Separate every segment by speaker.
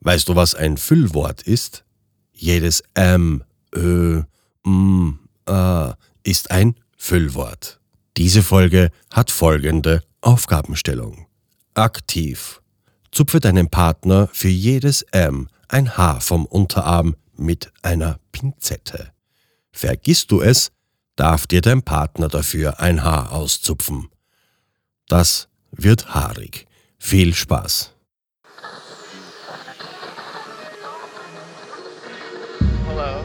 Speaker 1: Weißt du, was ein Füllwort ist? Jedes M, Ö, M, A ist ein Füllwort. Diese Folge hat folgende Aufgabenstellung. Aktiv. Zupfe deinem Partner für jedes M ein Haar vom Unterarm mit einer Pinzette. Vergisst du es, darf dir dein Partner dafür ein Haar auszupfen. Das wird haarig. Viel Spaß.
Speaker 2: Hello.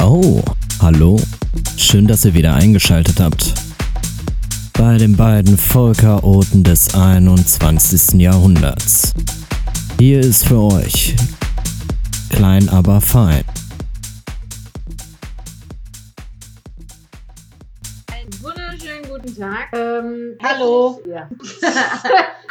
Speaker 3: Oh, hallo. Schön, dass ihr wieder eingeschaltet habt. Bei den beiden Vollchaoten des 21. Jahrhunderts. Hier ist für euch. Klein aber fein.
Speaker 4: Einen wunderschönen guten Tag. Ähm,
Speaker 5: Hallo.
Speaker 4: herzlich- Ja.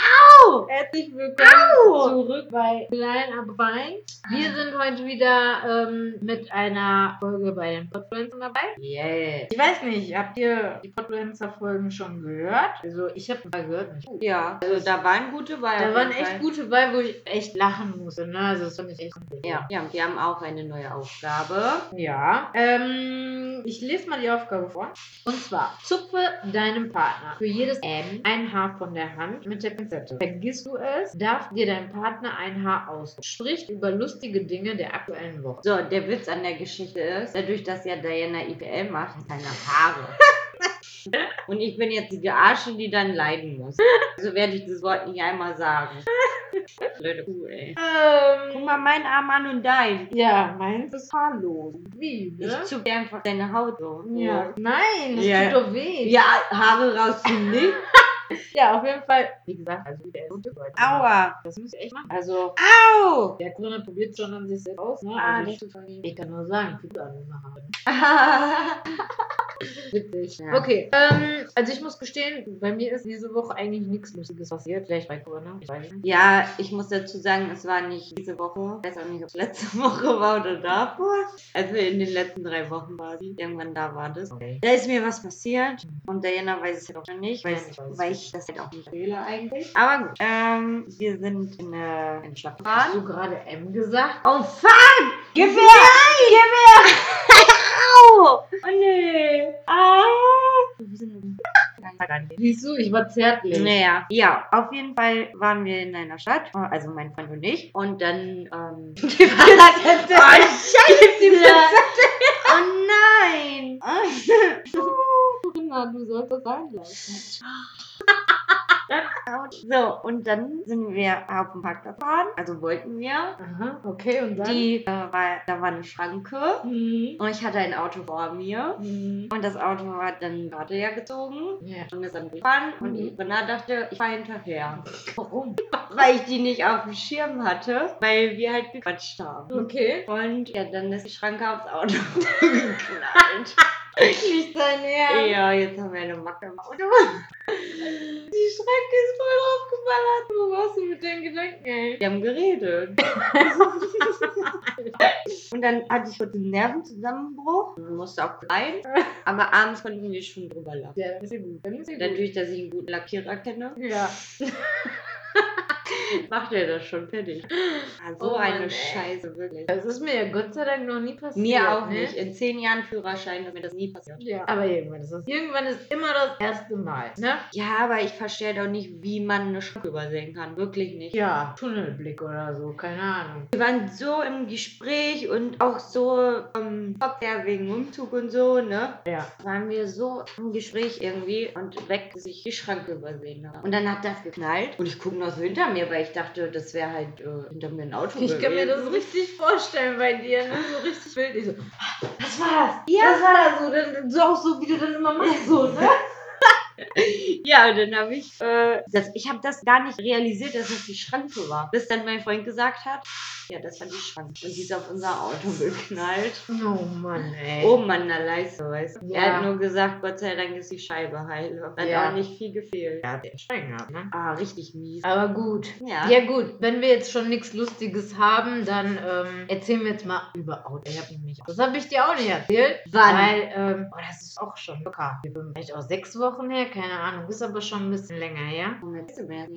Speaker 4: Au! Herzlich willkommen zurück bei Klein aber Wein. Wir sind heute wieder ähm, mit einer Folge bei den Podfluencern dabei.
Speaker 5: Yes.
Speaker 4: Ich weiß nicht, habt ihr die Podfluencer-Folgen schon gehört? Also ich habe mal gehört. Nicht.
Speaker 5: Ja, also da waren gute Wahl.
Speaker 4: Da
Speaker 5: auf
Speaker 4: waren
Speaker 5: jeden
Speaker 4: echt
Speaker 5: Fall.
Speaker 4: gute bei, wo ich echt lachen musste. Ne? Also das fand ich echt
Speaker 5: Ja. ja, wir haben auch eine neue Aufgabe.
Speaker 4: Ja, ähm, ich lese mal die Aufgabe vor. Und zwar, zupfe deinem Partner für jedes M ein Haar von der Hand mit der Pinzette. Vergisst du es, darf dir dein Partner ein Haar aus. Spricht über lustige Dinge der aktuellen Woche.
Speaker 5: So, der Witz an der Geschichte ist, dadurch, dass ja Diana IPL macht, hat keine Haare. Und ich bin jetzt die Gearsche, die dann leiden muss. Also werde ich das Wort nicht einmal sagen. Blöde Kuh, ey. Guck
Speaker 4: Ähm,
Speaker 5: mal meinen Arm an und dein.
Speaker 4: ja, meins ist haarlos. Wie, ne?
Speaker 5: Ich zupfe dir einfach deine Haut so.
Speaker 4: ja. Nein, das
Speaker 5: Ja.
Speaker 4: tut doch weh.
Speaker 5: Ja, Haare rausziehen nicht.
Speaker 4: ja, auf jeden Fall. Wie gesagt, also der gute Leute.
Speaker 5: Aua.
Speaker 4: Das müsst ihr echt machen. Also,
Speaker 5: Au.
Speaker 4: der Grüne probiert schon an sich selbst aus. Ne?
Speaker 5: Ah,
Speaker 4: also,
Speaker 5: das
Speaker 4: ich, ich kann nur sagen, viele andere haben. Witzig.
Speaker 5: Ja.
Speaker 4: Okay, ähm, also ich muss gestehen, bei mir ist diese Woche eigentlich nichts Lustiges passiert. Vielleicht bei Corona, ich weiß nicht.
Speaker 5: Ja, ich muss dazu sagen, es war nicht diese Woche. Ich weiß auch nicht, ob es letzte Woche war oder davor. Also in den letzten drei Wochen war sie. Irgendwann da war das.
Speaker 4: Okay.
Speaker 5: Da ist mir was passiert. Und Diana weiß es ja auch schon nicht, weil,
Speaker 4: Nein, ich weiß es
Speaker 5: weil ich das halt auch nicht erzähle eigentlich. Aber gut, ähm, wir sind in äh, in
Speaker 4: Hast
Speaker 5: Schlachtbahn.
Speaker 4: du gerade M gesagt?
Speaker 5: Oh fuck! Gib mir! Gib mir! Au! Oh nee! Ah. Au!
Speaker 4: Siehst du, ich war zärtlich.
Speaker 5: Naja, ja, auf jeden Fall waren wir in einer Stadt, also mein Freund und ich, und dann, ähm, die Pinzette. Oh, scheiße! Die Oh nein! Oh.
Speaker 4: Corona, du sollst das sein lassen.
Speaker 5: so, und dann sind wir auf den Parkplatz gefahren, also wollten wir.
Speaker 4: Aha, okay, und dann?
Speaker 5: Die, äh, war, da war eine Schranke
Speaker 4: Mhm.
Speaker 5: und ich hatte ein Auto vor mir.
Speaker 4: Mhm.
Speaker 5: Und das Auto hat dann gerade ja gezogen
Speaker 4: Ja.
Speaker 5: und ist dann gefahren und
Speaker 4: Mhm.
Speaker 5: ich Renat dachte, ich fahre hinterher.
Speaker 4: Warum?
Speaker 5: Weil ich die nicht auf dem Schirm hatte, weil wir halt gequatscht haben.
Speaker 4: Okay.
Speaker 5: Und ja, dann ist die Schranke aufs Auto geknallt.
Speaker 4: Nicht dein Ernst.
Speaker 5: ja, jetzt haben wir eine Macke im Auto. Wir
Speaker 4: Die Schranke ist voll aufgeballert. Wo warst du mit deinen Gedanken, ey?
Speaker 5: haben geredet. Und dann hatte ich kurz einen Nervenzusammenbruch. und Musste auch rein. Aber abends konnten wir schon drüber lachen.
Speaker 4: Ja, dann ist ja gut. Dann ist ja gut.
Speaker 5: Dadurch, dass ich einen guten Lackierer kenne,
Speaker 4: Ja.
Speaker 5: macht er das schon fertig. Ah, so
Speaker 4: Oh Mann,
Speaker 5: eine
Speaker 4: ey.
Speaker 5: Scheiße, wirklich.
Speaker 4: Das ist mir ja Gott sei Dank noch nie passiert.
Speaker 5: Mir auch
Speaker 4: ne?
Speaker 5: nicht. In zehn Jahren Führerschein wird mir das nie passieren.
Speaker 4: Ja. Aber irgendwann ist das. Irgendwann ist immer das erste Mal. Ne?
Speaker 5: Ja, aber ich verstehe doch nicht, wie man eine Schranke übersehen kann. Wirklich nicht.
Speaker 4: Ja, Tunnelblick oder so, keine Ahnung.
Speaker 5: Wir waren so im Gespräch und auch so ähm, Kopf her wegen Umzug und so, ne?
Speaker 4: Ja.
Speaker 5: Waren wir so im Gespräch irgendwie und weg, dass ich die Schranke übersehen habe. Und dann hat das geknallt und ich gucke noch so hinter mir, weil ich dachte, das wäre halt äh, hinter mir ein Auto.
Speaker 4: Ich kann mir das
Speaker 5: gewesen.
Speaker 4: richtig vorstellen bei dir, ne? So richtig wild. Ich so, "Ah, das war das.
Speaker 5: Ja.
Speaker 4: Das war das so. Dann, so auch so, wie du dann immer machst, so, ne?
Speaker 5: Ja, und dann habe ich, äh, das, ich habe das gar nicht realisiert, dass das die Schranke war. Bis dann mein Freund gesagt hat, ja, das war die Schranke. Und die ist auf unser Auto geknallt.
Speaker 4: Oh Mann, ey.
Speaker 5: Oben an der Leiste, weißt du. Er
Speaker 4: Ja.
Speaker 5: hat nur gesagt, Gott sei Dank ist die Scheibe heil. Hat
Speaker 4: Ja.
Speaker 5: auch nicht viel gefehlt.
Speaker 4: Ja, der streng ab, ne?
Speaker 5: Ah, richtig mies.
Speaker 4: Aber gut.
Speaker 5: Ja.
Speaker 4: Ja gut, wenn wir jetzt schon nichts Lustiges haben, dann ähm, erzählen wir jetzt mal über Auto. Ich hab nämlich, das habe ich dir auch nicht erzählt,
Speaker 5: Wann?
Speaker 4: weil ähm, oh, das ist auch schon locker, vielleicht auch sechs Wochen her, keine Ahnung, ist aber schon ein bisschen länger her.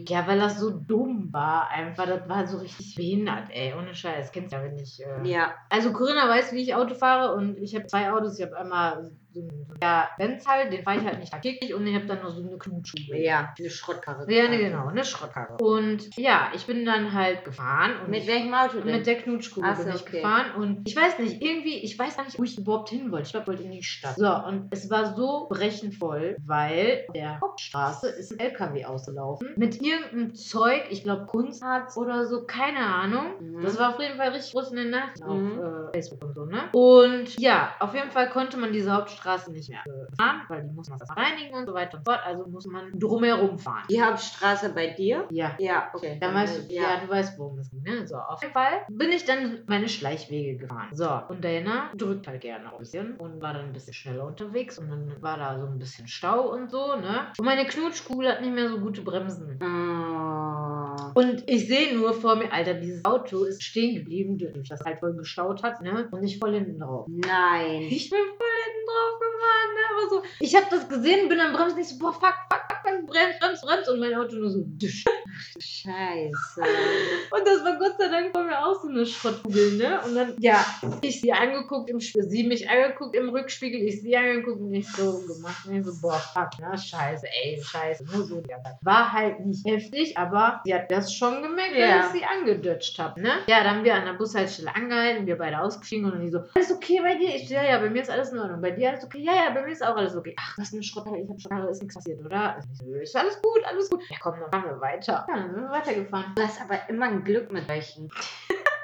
Speaker 4: Ja, weil das so dumm war, einfach, das war so richtig behindert, ey, ohne Scheiß, kennst du ja, wenn ich äh,
Speaker 5: Ja,
Speaker 4: also Corinna weiß, wie ich Auto fahre und ich habe zwei Autos. Ich habe einmal so einen ja, Benz halt, den fahre ich halt nicht tagtäglich und ich habe dann noch so eine Knutschube.
Speaker 5: ja, eine Schrottkarre.
Speaker 4: Ja, ne, genau, eine Schrottkarre. Und ja, ich bin dann halt gefahren und
Speaker 5: Mit
Speaker 4: ich,
Speaker 5: welchem Auto denn?
Speaker 4: mit der Knutschkugel
Speaker 5: Ach so,
Speaker 4: bin ich
Speaker 5: okay.
Speaker 4: gefahren und ich weiß nicht, irgendwie, ich weiß gar nicht, wo ich überhaupt hin wollte. Ich glaube, ich wollte in die Stadt. So, und es war so brechend voll, weil auf der Hauptstraße ist ein LKW ausgelaufen mit irgendeinem Zeug, ich glaube Kunstharz oder so, keine Ahnung.
Speaker 5: Mhm.
Speaker 4: Das war auf jeden Fall richtig groß in den Nachrichten
Speaker 5: Mhm.
Speaker 4: auf äh, Facebook und so, ne? Und ja, auf jeden Fall konnte man diese Hauptstraße nicht mehr äh, fahren, weil die muss man erst mal reinigen und so weiter und so fort. Also muss man drumherum fahren.
Speaker 5: die Hauptstraße bei dir?
Speaker 4: Ja.
Speaker 5: Ja, okay.
Speaker 4: Dann weißt du, ja.
Speaker 5: Äh, ja.
Speaker 4: du weißt, worum es ging, ne? So, auf jeden Fall bin ich dann meine Schleichwege gefahren. So, und Diana drückt halt gerne ein bisschen und war dann ein bisschen schneller unterwegs und dann war da so ein bisschen Stau und so, ne? Und meine Knutschkugel hat nicht mehr so gute Bremsen.
Speaker 5: Ah.
Speaker 4: Und ich sehe nur vor mir, Alter, dieses Auto ist stehen geblieben, durch das halt voll gestaut hat, ne? Und ich voll hinten drauf.
Speaker 5: Nein.
Speaker 4: Ich bin voll hinten drauf gefahren, ne? aber so. Ich habe das gesehen, bin am Bremsen, ich so, boah, fuck, fuck, fuck, fuck, bremst, bremst, bremst. Und mein Auto nur so, düsch.
Speaker 5: Scheiße.
Speaker 4: Und das war Gott sei Dank bei mir auch so eine Schrottkugel, ne? Und dann, ja, ich sie angeguckt, im, Sp- sie mich angeguckt im Rückspiegel, ich sie angeguckt und ich so gemacht. Und ich so, boah, fuck, na, scheiße, ey, scheiße. Ne? So, ja, das war halt nicht heftig, aber sie hat das schon gemerkt,
Speaker 5: Ja.
Speaker 4: dass ich sie angedutscht habe, ne? Ja, dann haben wir an der Bushaltestelle angehalten, wir beide ausgestiegen und dann die so, alles okay bei dir? Ich so, ja, ja, bei mir ist alles in Ordnung. Bei dir alles okay? Ja, ja, bei mir ist auch alles okay. Ach, was für eine Schrottkugel, ich hab Schrottkugel, ist nichts passiert, oder? Und ich so, Ist alles gut, alles gut. Ja, komm, dann fahren wir weiter. Ja, dann sind wir weitergefahren.
Speaker 5: Du hast aber immer ein Glück mit welchen.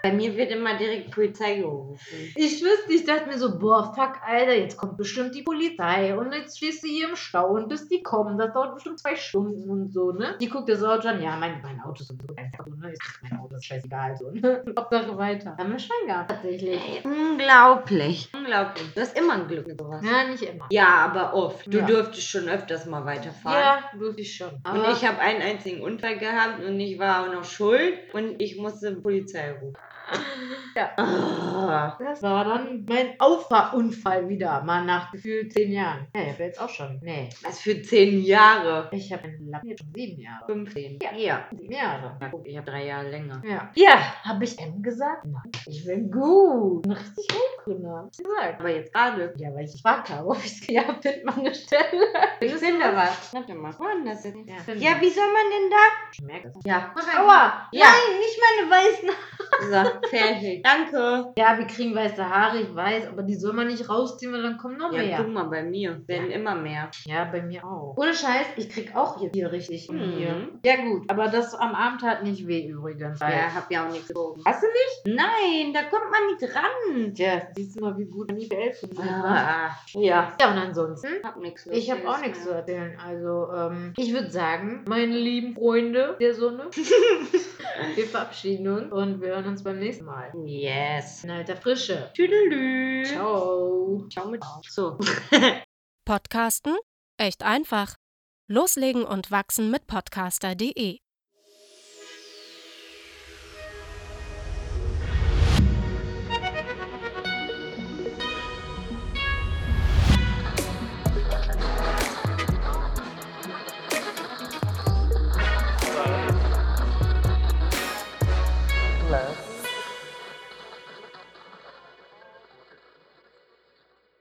Speaker 5: Bei mir wird immer direkt Polizei gerufen.
Speaker 4: Ich wüsste, ich dachte mir so, boah, fuck, Alter, jetzt kommt bestimmt die Polizei und jetzt stehst du hier im Stau und bis die kommen, das dauert bestimmt zwei Stunden und so, ne? Die guckt das Auto an, ja, mein, mein Auto ist sowieso einfach so, ne? Ich sag, mein Auto ist scheißegal, so, ne? Hauptsache weiter. Haben wir Schwein gehabt, tatsächlich.
Speaker 5: Unglaublich. Unglaublich. Du hast immer ein Glück mit sowas.
Speaker 4: Ja, nicht immer.
Speaker 5: Ja, aber oft. Du
Speaker 4: Ja.
Speaker 5: durftest schon öfters mal weiterfahren.
Speaker 4: Ja, wirklich schon. Aber
Speaker 5: und ich habe einen einzigen Unfall gehabt und ich war auch noch schuld und ich musste Polizei rufen.
Speaker 4: Ja.
Speaker 5: Ah.
Speaker 4: das war dann mein Auffahrunfall wieder, mal nach gefühlt zehn Jahren. Ja, ich bin jetzt auch schon. Nee.
Speaker 5: Was für zehn Jahre?
Speaker 4: Ich habe einen Lappen jetzt schon sieben Jahre.
Speaker 5: 15.
Speaker 4: Ja.
Speaker 5: Ja.
Speaker 4: Sieben Jahre.
Speaker 5: ja. guck, Ich habe drei Jahre länger.
Speaker 4: Ja. Ja, habe ich M gesagt? Nein. Ich bin gut. Bin Richtig gut, Grüner. Was gesagt?
Speaker 5: Aber jetzt gerade.
Speaker 4: Ja, weil ich gefragt habe, ob ich es gehabt hätte, meine Stelle.
Speaker 5: Ich finde was. Warte mal. Wo denn das jetzt?
Speaker 4: Ja,
Speaker 5: Ja, wie soll man denn da?
Speaker 4: ich merke es.
Speaker 5: Ja.
Speaker 4: Aua!
Speaker 5: Ja.
Speaker 4: Nein, nicht meine weißen Haare.
Speaker 5: So, fertig. Danke.
Speaker 4: Ja, wir kriegen weiße Haare, ich weiß, aber die soll man nicht rausziehen, weil dann kommen noch
Speaker 5: Ja,
Speaker 4: mehr.
Speaker 5: guck mal, bei mir werden immer mehr.
Speaker 4: Ja, bei mir auch. Ohne Scheiß, ich krieg auch jetzt hier richtig
Speaker 5: Mhm.
Speaker 4: hier. Ja, gut, aber das am Abend hat nicht weh übrigens. Weil
Speaker 5: Ja, Äh, hab ja auch nichts gebogen.
Speaker 4: Hast du
Speaker 5: nicht? Nein, da kommt man nicht ran.
Speaker 4: Ja, siehst du mal, wie gut die Elfen sind. ne?
Speaker 5: Ah, ja.
Speaker 4: Ja, und ansonsten
Speaker 5: Hab nichts.
Speaker 4: Ich habe auch nichts zu erzählen. Also, ähm, ich würde sagen, meine lieben Freunde der Sonne, wir verabschieden uns und wir hören uns beim nächsten Mal.
Speaker 5: Yes.
Speaker 4: In alter Frische.
Speaker 5: Tüdelü.
Speaker 4: Mm-hmm. Ciao.
Speaker 5: Ciao mit. So.
Speaker 2: Podcasten? Echt einfach. Loslegen und wachsen mit podcaster.de
Speaker 6: love.